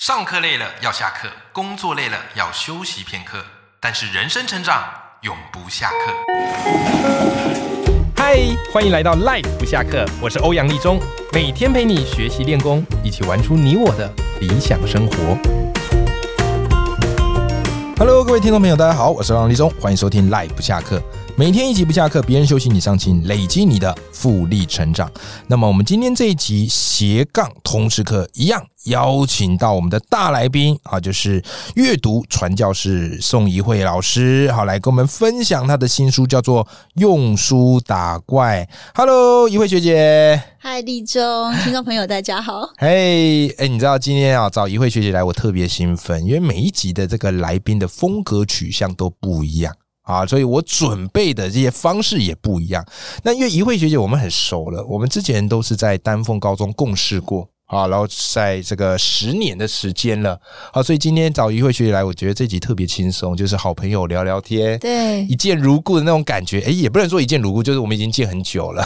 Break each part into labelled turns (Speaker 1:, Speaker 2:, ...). Speaker 1: 上课累了要下课，工作累了要休息片刻，但是人生成长永不下课。嗨，欢迎来到 Life 不下课，我是欧阳立中，每天陪你学习练功，一起玩出你我的理想生活。
Speaker 2: Hello，各位听众朋友，大家好，我是王立忠，欢迎收听《Live 不下课》，每天一集不下课，别人休息你上进，累积你的复利成长。那么我们今天这一集斜杠通识课一样邀请到我们的大来宾啊，就是阅读传教士宋怡慧老师，好来跟我们分享他的新书，叫做《用书打怪》。Hello，怡慧学姐。
Speaker 3: 嗨，立中，听众朋友，大家好。
Speaker 2: 嘿，哎，你知道今天啊找一慧学姐来，我特别兴奋，因为每一集的这个来宾的风格取向都不一样啊，所以我准备的这些方式也不一样。那因为一慧学姐我们很熟了，我们之前都是在丹凤高中共事过。啊，然后在这个十年的时间了，啊，所以今天找一慧学姐来，我觉得这集特别轻松，就是好朋友聊聊天，
Speaker 3: 对
Speaker 2: 一，见如故的那种感觉。哎，也不能说一见如故，就是我们已经见很久了，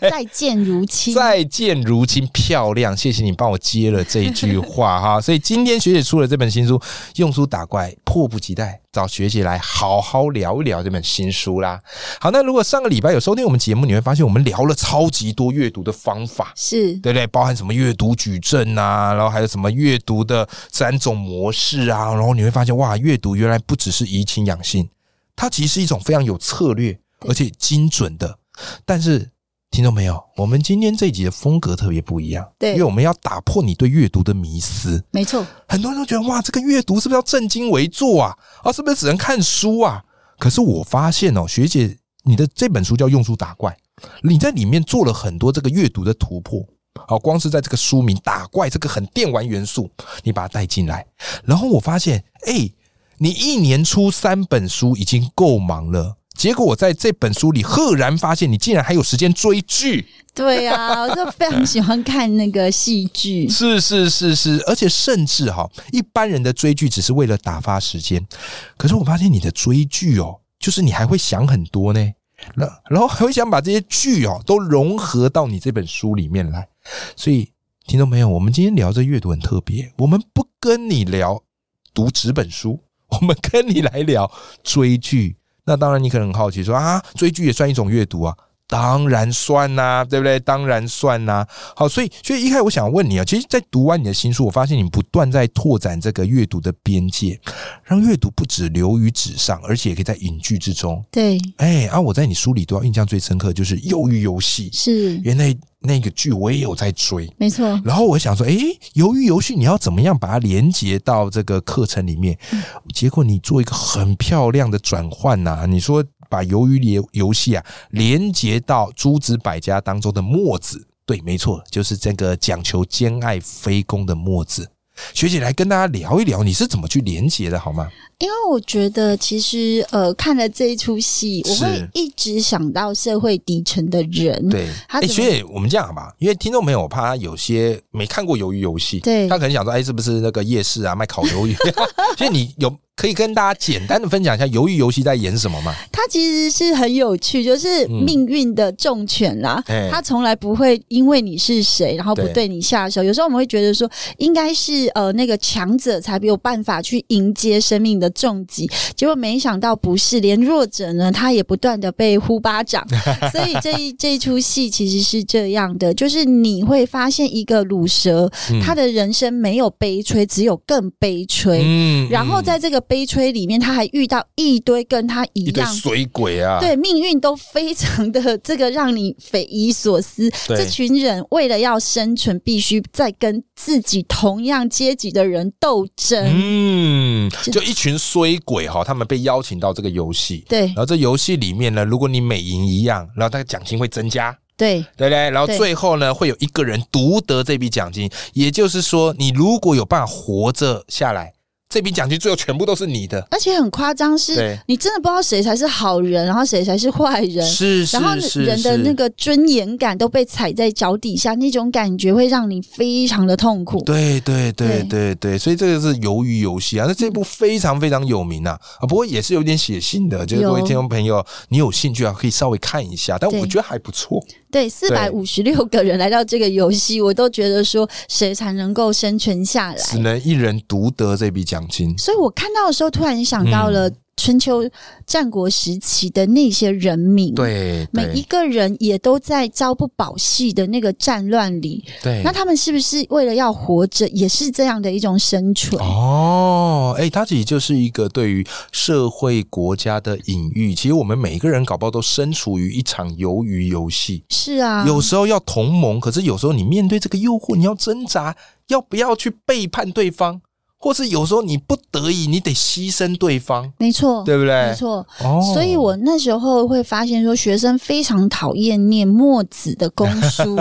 Speaker 3: 再见如期。
Speaker 2: 再见如今漂亮，谢谢你帮我接了这一句话哈。所以今天学姐出了这本新书《用书打怪》，迫不及待找学姐来好好聊一聊这本新书啦。好，那如果上个礼拜有收听我们节目，你会发现我们聊了超级多阅读的方法。
Speaker 3: 是，
Speaker 2: 对不对？包含什么阅读矩阵啊，然后还有什么阅读的三种模式啊，然后你会发现哇，阅读原来不只是怡情养性，它其实是一种非常有策略而且精准的。但是听众朋友，我们今天这一集的风格特别不一样，
Speaker 3: 对
Speaker 2: 因为我们要打破你对阅读的迷思。
Speaker 3: 没错，
Speaker 2: 很多人都觉得哇，这个阅读是不是要正襟危坐啊？啊，是不是只能看书啊？可是我发现哦，学姐，你的这本书叫《用书打怪》，你在里面做了很多这个阅读的突破。好，光是在这个书名“打怪”这个很电玩元素，你把它带进来，然后我发现，哎、你一年出三本书已经够忙了，结果我在这本书里赫然发现，你竟然还有时间追剧。。
Speaker 3: 对啊，我就非常喜欢看那个戏剧
Speaker 2: 是是是是，而且甚至哈，一般人的追剧只是为了打发时间，可是我发现你的追剧哦，就是你还会想很多呢，然然后还会想把这些剧哦都融合到你这本书里面来。所以，听众朋友，我们今天聊这阅读很特别，我们不跟你聊读纸本书，我们跟你来聊追剧。那当然，你可能很好奇说啊，追剧也算一种阅读啊。当然算啦、对不对？当然算啦、好，所以所以一开始我想问你啊，其实，在读完你的新书，我发现你不断在拓展这个阅读的边界，让阅读不止流于纸上，而且也可以在影剧之中。
Speaker 3: 对，
Speaker 2: 哎，啊，我在你书里都要印象最深刻的就是《鱿鱼游戏》，
Speaker 3: 是，
Speaker 2: 原来那个剧我也有在追。
Speaker 3: 没错，
Speaker 2: 然后我想说，诶，鱿鱼游戏你要怎么样把它连接到这个课程里面？结果你做一个很漂亮的转换呐、你说把鱿鱼游游戏啊连接到诸子百家当中的墨子，对，没错，就是这个讲求兼爱非攻的墨子。学姐来跟大家聊一聊，你是怎么去连接的，好吗？
Speaker 3: 因为我觉得其实呃，看了这一出戏，我
Speaker 2: 是
Speaker 3: 会一直想到社会底层的人。
Speaker 2: 对，
Speaker 3: 嗯他
Speaker 2: 哎、
Speaker 3: 怎么
Speaker 2: 学姐，我们这样好吧？因为听众朋友，我怕他有些没看过鱿鱼游戏，
Speaker 3: 对
Speaker 2: 他可能想说，哎、是不是那个夜市啊卖烤鱿鱼？啊 所以你有可以跟大家简单的分享一下鱿鱼游戏在演什么吗？
Speaker 3: 它其实是很有趣，就是
Speaker 2: 嗯
Speaker 3: 命运的重拳啦、
Speaker 2: 哎
Speaker 3: 它从来不会因为你是谁，然后不
Speaker 2: 对
Speaker 3: 对你下手。有时候我们会觉得说，应该是呃那个强者才有办法去迎接生命的重击，结果没想到不是，连弱者呢，他也不断的被呼 巴掌。所以这一这一出戏其实是这样的，就是你会发现一个乳蛇，
Speaker 2: 嗯
Speaker 3: 他的人生没有悲催，只有更悲催。
Speaker 2: 嗯
Speaker 3: 然后在这个悲催里面，他还遇到一堆跟他一
Speaker 2: 一堆
Speaker 3: 样
Speaker 2: 水鬼啊，
Speaker 3: 对命运都非常的这个让你匪夷所思。
Speaker 2: 对
Speaker 3: 这群人为了要生存，必须在跟自己同样阶级的人斗争。
Speaker 2: 嗯，
Speaker 3: 就
Speaker 2: 就一群衰鬼哈，他们被邀请到这个游戏，
Speaker 3: 对
Speaker 2: 然后这游戏里面呢，如果你每赢一样，然后那个奖金会增加，
Speaker 3: 对
Speaker 2: 对不对？然后
Speaker 3: 对
Speaker 2: 最后呢，会有一个人独得这笔奖金，也就是说，你如果有办法活着下来，这笔奖金最后全部都是你的。
Speaker 3: 而且很夸张，是
Speaker 2: 对
Speaker 3: 你真的不知道谁才是好人，然后谁才是坏人。
Speaker 2: 是是
Speaker 3: 然后
Speaker 2: 是，
Speaker 3: 人的
Speaker 2: 是
Speaker 3: 那个尊严感都被踩在脚底下，那种感觉会让你非常的痛苦。
Speaker 2: 对对对
Speaker 3: 对
Speaker 2: 对对，所以这个是鱿鱼游戏啊，那这部非常非常有名啊，啊，不过也是有点血腥的，就是各位
Speaker 3: 有
Speaker 2: 听众朋友，你有兴趣啊，可以稍微看一下，但
Speaker 3: 对
Speaker 2: 我觉得还不错，
Speaker 3: 对，四百五十六个人来到这个游戏，我都觉得说谁才能够生存下来，
Speaker 2: 只能一人独得这笔奖金。
Speaker 3: 所以我看到的时候，突然想到
Speaker 2: 嗯
Speaker 3: 了。春秋战国时期的那些人民，
Speaker 2: 对
Speaker 3: 每一个人也都在朝不保夕的那个战乱里。
Speaker 2: 对，
Speaker 3: 那他们是不是为了要活着，也是这样的一种生存？
Speaker 2: 哦，哎、欸，它其实就是一个对于社会国家的隐喻。其实我们每一个人搞不好都身处于一场鱿鱼游戏。
Speaker 3: 是啊，
Speaker 2: 有时候要同盟，可是有时候你面对这个诱惑，你要挣扎，要不要去背叛对方？或是有时候你不得已，你得牺牲对方，
Speaker 3: 没错，
Speaker 2: 对不对？
Speaker 3: 没错，哦，所以我那时候会发现说，学生非常讨厌念墨子的公 书。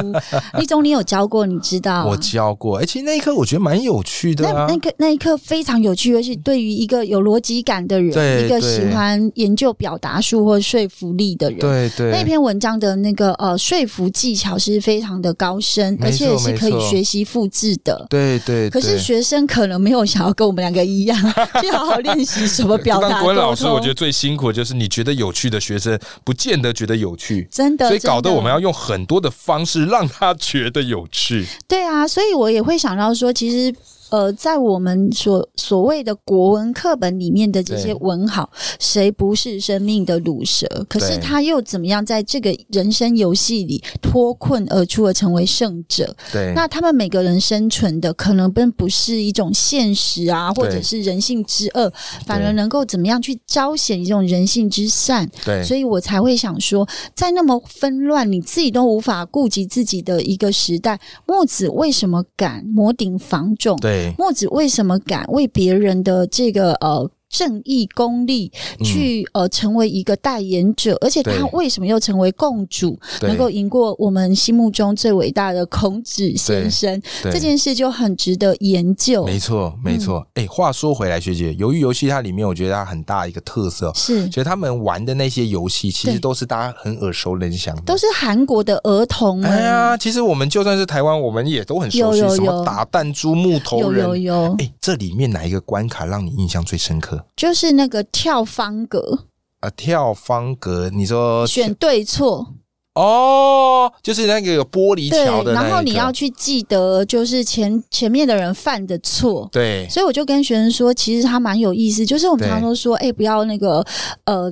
Speaker 3: 立中，你有教过，你知道、啊？
Speaker 2: 我教过，哎、欸，其实那一刻我觉得蛮有趣的、
Speaker 3: 啊。那那个那一刻非常有趣，尤其对于一个有逻辑感的人，一个喜欢研究表达术或说服力的人，
Speaker 2: 对对。
Speaker 3: 那篇文章的那个呃说服技巧是非常的高深，而且是可以学习复制的。
Speaker 2: 对对,對。
Speaker 3: 可是学生可能没有。想要跟我们两个 一样，去好好练习什么表达。
Speaker 2: 国文老师，我觉得最辛苦的就是你觉得有趣的学生，不见得觉得有趣，
Speaker 3: 真的。
Speaker 2: 所以搞得我们要用很多的方式让他觉得有趣。
Speaker 3: 对啊，所以我也会想到说，其实。呃，在我们所所谓的国文课本里面的这些文豪，谁不是生命的乳蛇？可是他又怎么样在这个人生游戏里脱困而出，而成为胜者？
Speaker 2: 对，
Speaker 3: 那他们每个人生存的可能并不是一种现实啊，或者是人性之恶，反而能够怎么样去彰显一种人性之善？
Speaker 2: 对，
Speaker 3: 所以我才会想说，在那么纷乱，你自己都无法顾及自己的一个时代，墨子为什么敢摩顶防踵？
Speaker 2: 对。
Speaker 3: 墨子为什么敢为别人的这个呃正义功利去、嗯、呃成为一个代言者？而且他为什么又成为共主，能够赢过我们心目中最伟大的孔子先生？这件事就很值得研究。
Speaker 2: 没错，没错。哎、嗯欸，话说回来，学姐，由于游戏它里面，我觉得它很大一个特色
Speaker 3: 是，
Speaker 2: 觉得他们玩的那些游戏，其实都是大家很耳熟能详的，
Speaker 3: 都是韩国的儿童。
Speaker 2: 哎呀，其实我们就算是台湾，我们也都很熟悉，
Speaker 3: 有有有
Speaker 2: 什么打弹珠、木头人。
Speaker 3: 有有有。
Speaker 2: 哎、欸，这里面哪一个关卡让你印象最深刻？
Speaker 3: 就是那个跳方格
Speaker 2: 啊，跳方格，你说
Speaker 3: 选对错
Speaker 2: 哦，就是那个有玻璃桥的，
Speaker 3: 然后你要去记得，就是前前面的人犯的错，
Speaker 2: 对，
Speaker 3: 所以我就跟学生说，其实他蛮有意思，就是我们常都说，哎、欸，不要那个呃。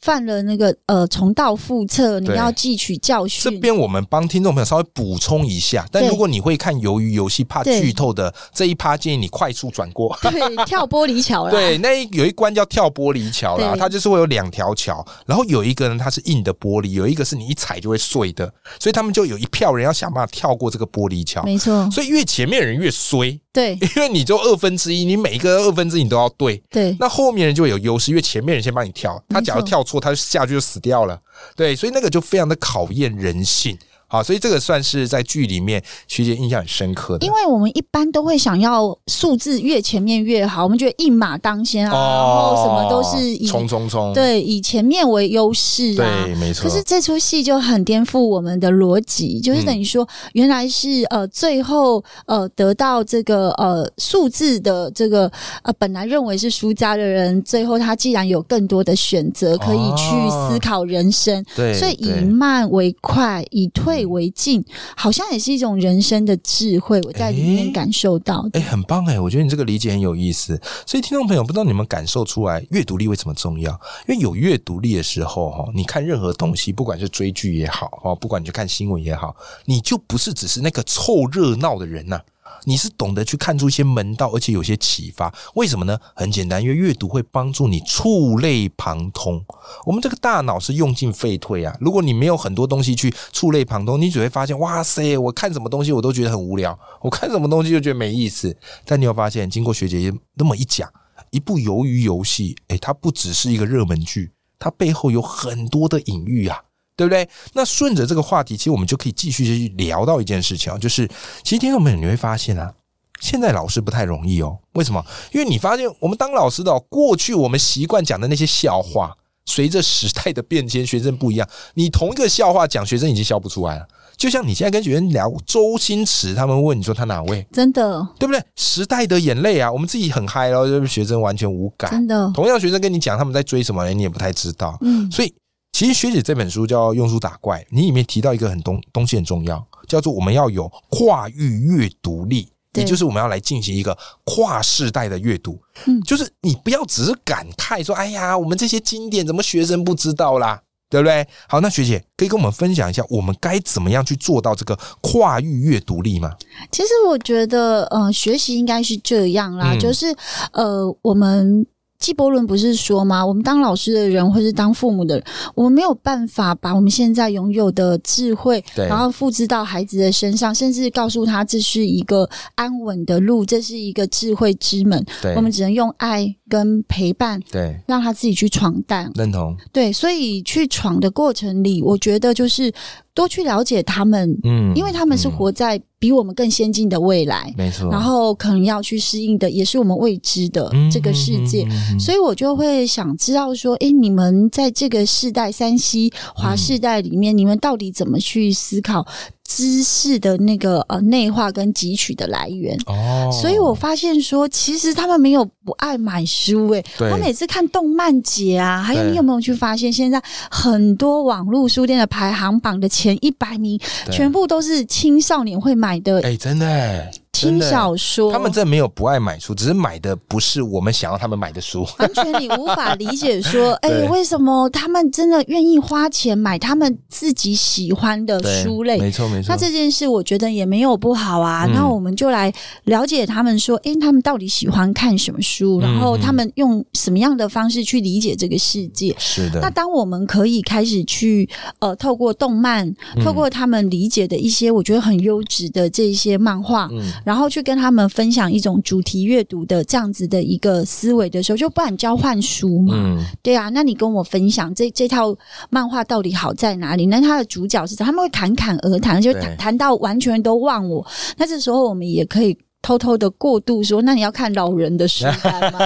Speaker 3: 犯了那个呃重蹈覆辙，你要汲取教训。
Speaker 2: 这边我们帮听众朋友稍微补充一下，但如果你会看《鱿鱼游戏》怕剧透的这一趴，建议你快速转过。
Speaker 3: 对，跳玻璃桥 啦。
Speaker 2: 对，那有一关叫跳玻璃桥啦，它就是会有两条桥，然后有一个呢它是硬的玻璃，有一个是你一踩就会碎的，所以他们就有一票人要想办法跳过这个玻璃桥。
Speaker 3: 没错，
Speaker 2: 所以越前面人越衰。
Speaker 3: 对，
Speaker 2: 因为你就二分之一，你每一个二分之一你都要对。
Speaker 3: 对，
Speaker 2: 那后面人就有优势，因为前面人先帮你跳，他假如跳错，他下去就死掉了。对，所以那个就非常的考验人性。好，所以这个算是在剧里面学姐印象很深刻的。
Speaker 3: 因为我们一般都会想要数字越前面越好，我们觉得一马当先啊，哦、然后什么都是以
Speaker 2: 冲冲冲，
Speaker 3: 对，以前面为优势
Speaker 2: 啊，对，没错。嗯
Speaker 3: 可是这出戏就很颠覆我们的逻辑，就是等于说，原来是呃最后呃得到这个呃数字的这个呃本来认为是输家的人，最后他既然有更多的选择可以去思考人生，哦、
Speaker 2: 哦对，
Speaker 3: 所以以慢为快，以退。为进，好像也是一种人生的智慧，我在里面感受到。
Speaker 2: 哎、欸欸，很棒哎、欸，我觉得你这个理解很有意思。所以听众朋友，不知道你们感受出来阅读力为什么重要？因为有阅读力的时候，哈，你看任何东西，不管是追剧也好，哈，不管你去看新闻也好，你就不是只是那个凑热闹的人呐、啊。你是懂得去看出一些门道，而且有些启发。为什么呢？很简单，因为阅读会帮助你触类旁通。我们这个大脑是用进废退啊。如果你没有很多东西去触类旁通，你只会发现，哇塞，我看什么东西我都觉得很无聊，我看什么东西就觉得没意思。但你有发现，经过学姐那么一讲，一部鱿鱼游戏，诶、欸，它不只是一个热门剧，它背后有很多的隐喻啊。对不对？那顺着这个话题，其实我们就可以继续去聊到一件事情啊，就是其实听众们你会发现啊，现在老师不太容易哦。为什么？因为你发现我们当老师的、哦，过去我们习惯讲的那些笑话，随着时代的变迁，学生不一样。你同一个笑话讲，学生已经笑不出来了。就像你现在跟学生聊周星驰，他们问你说他哪位？
Speaker 3: 真的，
Speaker 2: 对不对？时代的眼泪啊，我们自己很嗨后就是学生完全无感。
Speaker 3: 真的，
Speaker 2: 哎同样学生跟你讲他们在追什么，你也不太知道。
Speaker 3: 嗯，
Speaker 2: 所以。其实学姐这本书叫《用书打怪》，你里面提到一个很东东西很重要，叫做我们要有跨域阅读力。也就是我们要来进行一个跨世代的阅读，嗯，就是你不要只是感慨说，哎呀，我们这些经典怎么学生不知道啦，对不对？好，那学姐可以跟我们分享一下，我们该怎么样去做到这个跨域阅读力吗？
Speaker 3: 其实我觉得，呃，学习应该是这样啦，嗯、就是呃，我们。纪伯伦不是说吗？我们当老师的人，或是当父母的人，我们没有办法把我们现在拥有的智慧，然后复制到孩子的身上，甚至告诉他这是一个安稳的路，这是一个智慧之门。我们只能用爱跟陪伴，
Speaker 2: 对，
Speaker 3: 让他自己去闯荡。
Speaker 2: 认同。
Speaker 3: 对，所以去闯的过程里，我觉得就是多去了解他们，嗯，因为他们是活在。比我们更先进的未来，
Speaker 2: 没错。
Speaker 3: 然后可能要去适应的，也是我们未知的这个世界。嗯嗯嗯、所以我就会想知道说，哎、欸，你们在这个世代山西华世代里面，你们到底怎么去思考知识的那个呃内化跟汲取的来源？
Speaker 2: 哦，
Speaker 3: 所以我发现说，其实他们没有不爱买书、欸，哎，他每次看动漫节啊，还有你有没有去发现，现在很多网络书店的排行榜的前一百名，全部都是青少年会买。买的
Speaker 2: 哎，真的、欸。
Speaker 3: 轻小说，
Speaker 2: 他们真的没有不爱买书，只是买的不是我们想要他们买的书。
Speaker 3: 完全你无法理 解说，哎欸，为什么他们真的愿意花钱买他们自己喜欢的书类？
Speaker 2: 没错没错。
Speaker 3: 那这件事我觉得也没有不好啊。嗯、那我们就来了解他们说，哎、欸，他们到底喜欢看什么书，然
Speaker 2: 嗯
Speaker 3: 后他们用什么样的方式去理解这个世界？
Speaker 2: 是的。
Speaker 3: 那当我们可以开始去呃，透过动漫，透过他们理解的一些我觉得很优质的这一些漫画。嗯然后去跟他们分享一种主题阅读的这样子的一个思维的时候，就不然交换书嘛，嗯、对啊，那你跟我分享这这套漫画到底好在哪里？那它的主角是他们会侃侃而谈，就谈谈到完全都忘我。那这时候我们也可以。偷偷的过度说，那你要看老人的书单 吗？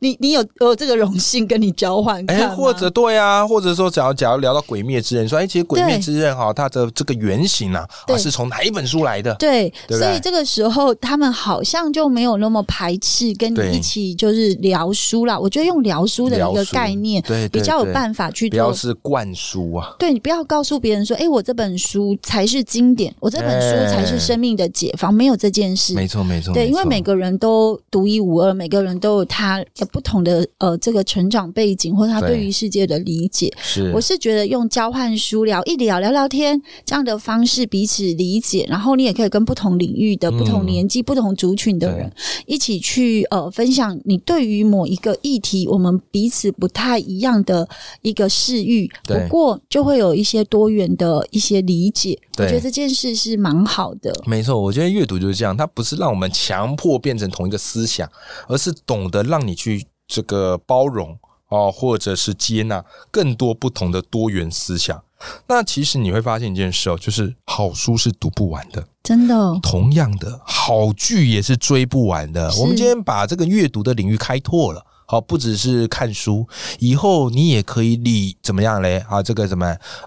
Speaker 3: 你你有有这个荣幸跟你交换？哎、欸，
Speaker 2: 或者对啊，或者说，假如假如聊到《鬼灭之刃》，说哎、欸，其实《鬼灭之刃》哈，它的这个原型啊，啊是从哪一本书来的？
Speaker 3: 对，
Speaker 2: 對對
Speaker 3: 所以这个时候他们好像就没有那么排斥跟你一起就是聊书啦。我觉得用聊书的一个概念，
Speaker 2: 对，
Speaker 3: 比较有办法去
Speaker 2: 不要是灌输啊。
Speaker 3: 对你不要告诉别人说，哎、欸，我这本书才是经典，我这本书才是生命的解放，没有。这件事
Speaker 2: 哎没错，没错，
Speaker 3: 对，因为每个人都独一无二，每个人都有他不同的呃这个成长背景，或者他对于世界的理解。
Speaker 2: 是，
Speaker 3: 我是觉得用交换书聊一聊、聊聊天这样的方式彼此理解，然后你也可以跟不同领域的、嗯、不同年纪、不同族群的人一起去呃分享你对于某一个议题，我们彼此不太一样的一个视域，不过就会有一些多元的一些理解。我觉得这件事是蛮好的。
Speaker 2: 没错，我觉得阅读。就是这样，它不是让我们强迫变成同一个思想，而是懂得让你去这个包容哦，或者是接纳更多不同的多元思想。那其实你会发现一件事哦，就是好书是读不完的，
Speaker 3: 真的、哦。
Speaker 2: 同样的，好剧也是追不完的。我们今天把这个阅读的领域开拓了。好，不只是看书，以后你也可以理怎么样嘞？啊，这个怎么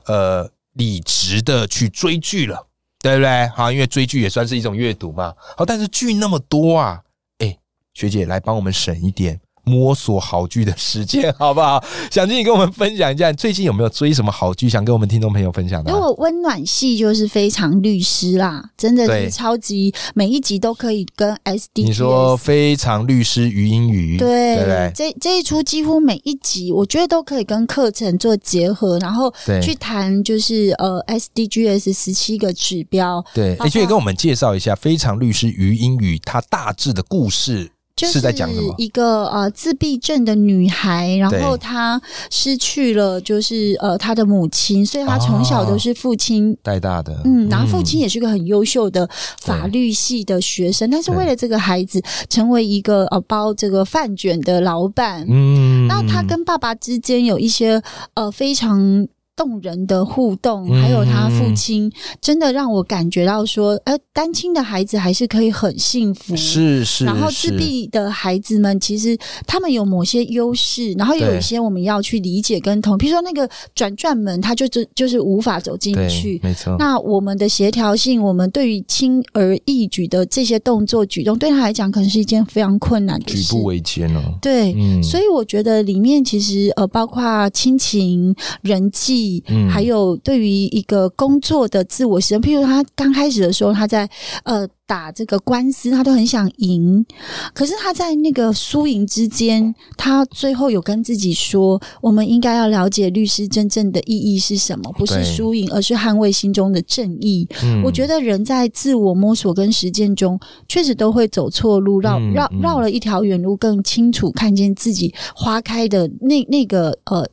Speaker 2: 呃理直的去追剧了。对不对？好，因为追剧也算是一种阅读嘛。好，但是剧那么多啊，哎，学姐来帮我们省一点摸索好剧的时间，好不好？ 想请你跟我们分享一下，最近有没有追什么好剧？想跟我们听众朋友分享的、
Speaker 3: 啊？因为温暖系就是非常律师啦，真的是超级每一集都可以跟 S D。
Speaker 2: 你说非常律师于英语，
Speaker 3: 对
Speaker 2: 对对？
Speaker 3: 这这一出几乎每一集，我觉得都可以跟课程做结合，然后去谈就是呃 S D G S 十七个指标。
Speaker 2: 对，你可以跟我们介绍一下非常律师于英语它大致的故事。
Speaker 3: 就是
Speaker 2: 在讲什么？
Speaker 3: 一个呃自闭症的女孩，然后她失去了就是呃她的母亲，所以她从小都是父亲
Speaker 2: 带、哦、大的。
Speaker 3: 嗯，然后父亲也是个很优秀的法律系的学生，但是为了这个孩子成为一个呃包这个饭卷的老板。
Speaker 2: 嗯，
Speaker 3: 那他跟爸爸之间有一些呃非常。动人的互动，嗯还有他父亲，真的让我感觉到说，呃，单亲的孩子还是可以很幸福，
Speaker 2: 嗯是是。
Speaker 3: 然后自闭的孩子们，其实他们有某些优势，然后有一些我们要去理解跟同，比如说那个转转门，他就就就是无法走进去，
Speaker 2: 没错。
Speaker 3: 那我们的协调性，我们对于轻而易举的这些动作举动，对他来讲可能是一件非常困难的
Speaker 2: 事，举步维艰哦。
Speaker 3: 对，嗯、所以我觉得里面其实呃，包括亲情、人际，嗯、还有对于一个工作的自我实现，譬如他刚开始的时候，他在呃。打这个官司，他都很想赢，可是他在那个输赢之间，他最后有跟自己说：“我们应该要了解律师真正的意义是什么，不是输赢，而是捍卫心中的正义。嗯”我觉得人在自我摸索跟实践中，确实都会走错路，绕
Speaker 2: 嗯
Speaker 3: 绕绕了一条远路，更清楚看见自己花开的那那个呃。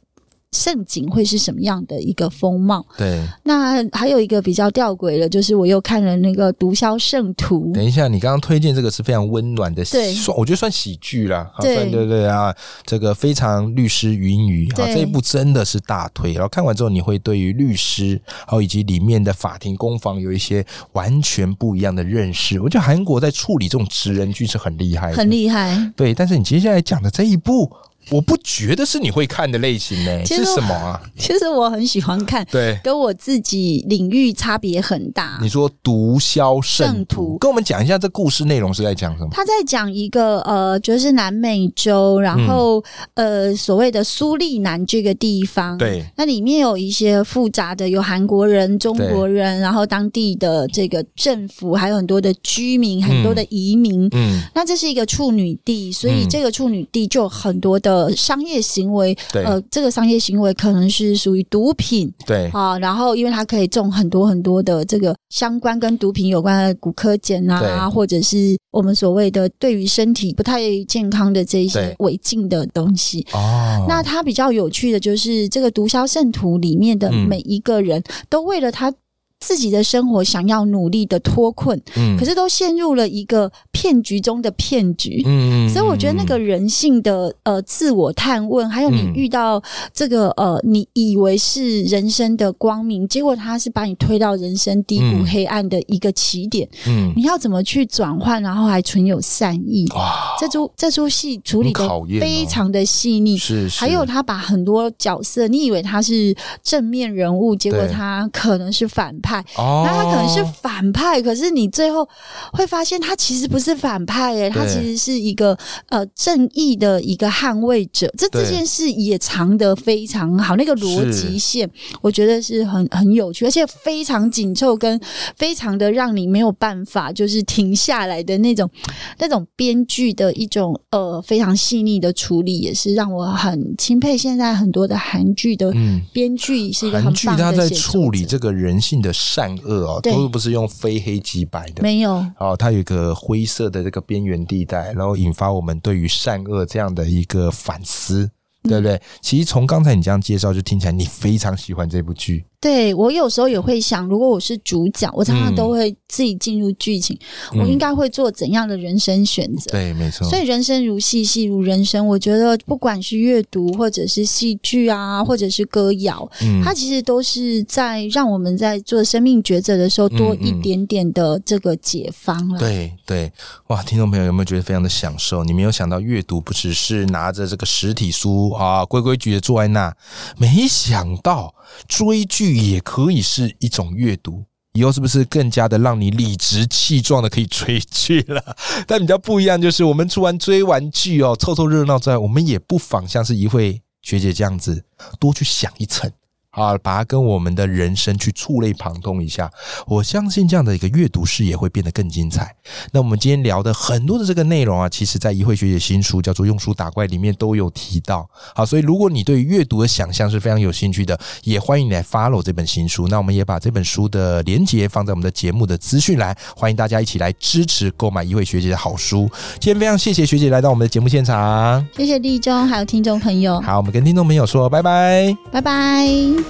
Speaker 3: 盛景会是什么样的一个风貌？
Speaker 2: 对，
Speaker 3: 那还有一个比较吊诡的，就是我又看了那个《毒枭圣徒》。
Speaker 2: 等一下，你刚刚推荐这个是非常温暖的，算我觉得算喜剧啦，
Speaker 3: 对
Speaker 2: 对对啊，这个非常律师云雨啊，这一部真的是大推。然后看完之后，你会对于律师，还有以及里面的法庭攻防有一些完全不一样的认识。我觉得韩国在处理这种职人剧是很厉害的，
Speaker 3: 很厉害。
Speaker 2: 对，但是你接下来讲的这一部。我不觉得是你会看的类型呢、欸，是什么啊？
Speaker 3: 其实我很喜欢看，
Speaker 2: 对，
Speaker 3: 跟我自己领域差别很大。
Speaker 2: 你说《毒枭圣徒》，跟我们讲一下这故事内容是在讲什么？
Speaker 3: 他在讲一个呃，就是南美洲，然后、嗯、呃，所谓的苏利南这个地方，
Speaker 2: 对，
Speaker 3: 那里面有一些复杂的，有韩国人、中国人，然后当地的这个政府，还有很多的居民，很多的移民。嗯，嗯那这是一个处女地，所以这个处女地就有很多的。呃，商业行为，呃，这个商业行为可能是属于毒品，
Speaker 2: 对
Speaker 3: 啊，然后因为它可以种很多很多的这个相关跟毒品有关的骨科碱啊，或者是我们所谓的对于身体不太健康的这一些违禁的东西。
Speaker 2: 哦，
Speaker 3: 那它比较有趣的就是这个毒枭圣徒里面
Speaker 2: 嗯
Speaker 3: 的每一个人都为了他。自己的生活想要努力的脱困，嗯，可是都陷入了一个骗局中的骗局，
Speaker 2: 嗯，
Speaker 3: 所以我觉得那个人性的呃自我探问，还有你遇到这个呃你以为是人生的光明，结果他是把你推到人生低谷黑暗的一个起点，
Speaker 2: 嗯，
Speaker 3: 你要怎么去转换，然后还存有善意？
Speaker 2: 哇，
Speaker 3: 这出这出戏处理
Speaker 2: 哦
Speaker 3: 的非常的细腻，
Speaker 2: 是，
Speaker 3: 还有他把很多角色，你以为他是正面人物，结果他可能是反。派，
Speaker 2: 哦
Speaker 3: 那他可能是反派，可是你最后会发现他其实不是反派耶、欸，他其实是一个呃正义的一个捍卫者。这这件事也藏得非常好，那个逻辑线我觉得是很很有趣，而且非常紧凑，跟非常的让你没有办法就是停下来的那种 那种编剧的一种呃非常细腻的处理，也是让我很钦佩。现在很多的韩
Speaker 2: 嗯
Speaker 3: 剧的编剧是一个很棒
Speaker 2: 的、嗯、在处理这个人性的。善恶哦，都不是用非黑即白的，
Speaker 3: 没有
Speaker 2: 哦，它有一个灰色的这个边缘地带，然后引发我们对于善恶这样的一个反思，嗯、对不对？其实从刚才你这样介绍，就听起来你非常喜欢这部剧。
Speaker 3: 对我有时候也会想，如果我是主角，我常常都会自己进入剧情，嗯、我应该会做怎样的人生选择？
Speaker 2: 对，没错。
Speaker 3: 所以人生如戏，戏如人生。我觉得不管是阅读，或者是戏剧啊，或者是歌谣，嗯、它其实都是在让我们在做生命抉择的时候多一点点的这个解放了、嗯。
Speaker 2: 对对，哇，听众朋友有没有觉得非常的享受？你没有想到阅读不只是拿着这个实体书啊，规规矩矩坐在那，没想到追剧。也可以是一种阅读，以后是不是更加的让你理直气壮的可以追剧了？ 但比较不一样就是，我们除完追完剧哦，凑凑热闹之外，我们也不妨像是一位学姐这样子，多去想一层啊，把它跟我们的人生去触类旁通一下。我相信这样的一个阅读视野会变得更精彩。那我们今天聊的很多的这个内容啊，其实在一慧学姐新书叫做《用书打怪》里面都有提到。好，所以如果你对阅读的想象是非常有兴趣的，也欢迎你来 follow 这本新书。那我们也把这本书的连接放在我们的节目的资讯栏，欢迎大家一起来支持购买一慧学姐的好书。今天非常谢谢学姐来到我们的节目现场，
Speaker 3: 谢谢立中还有听众朋友。
Speaker 2: 好，我们跟听众朋友说拜拜，
Speaker 3: 拜拜。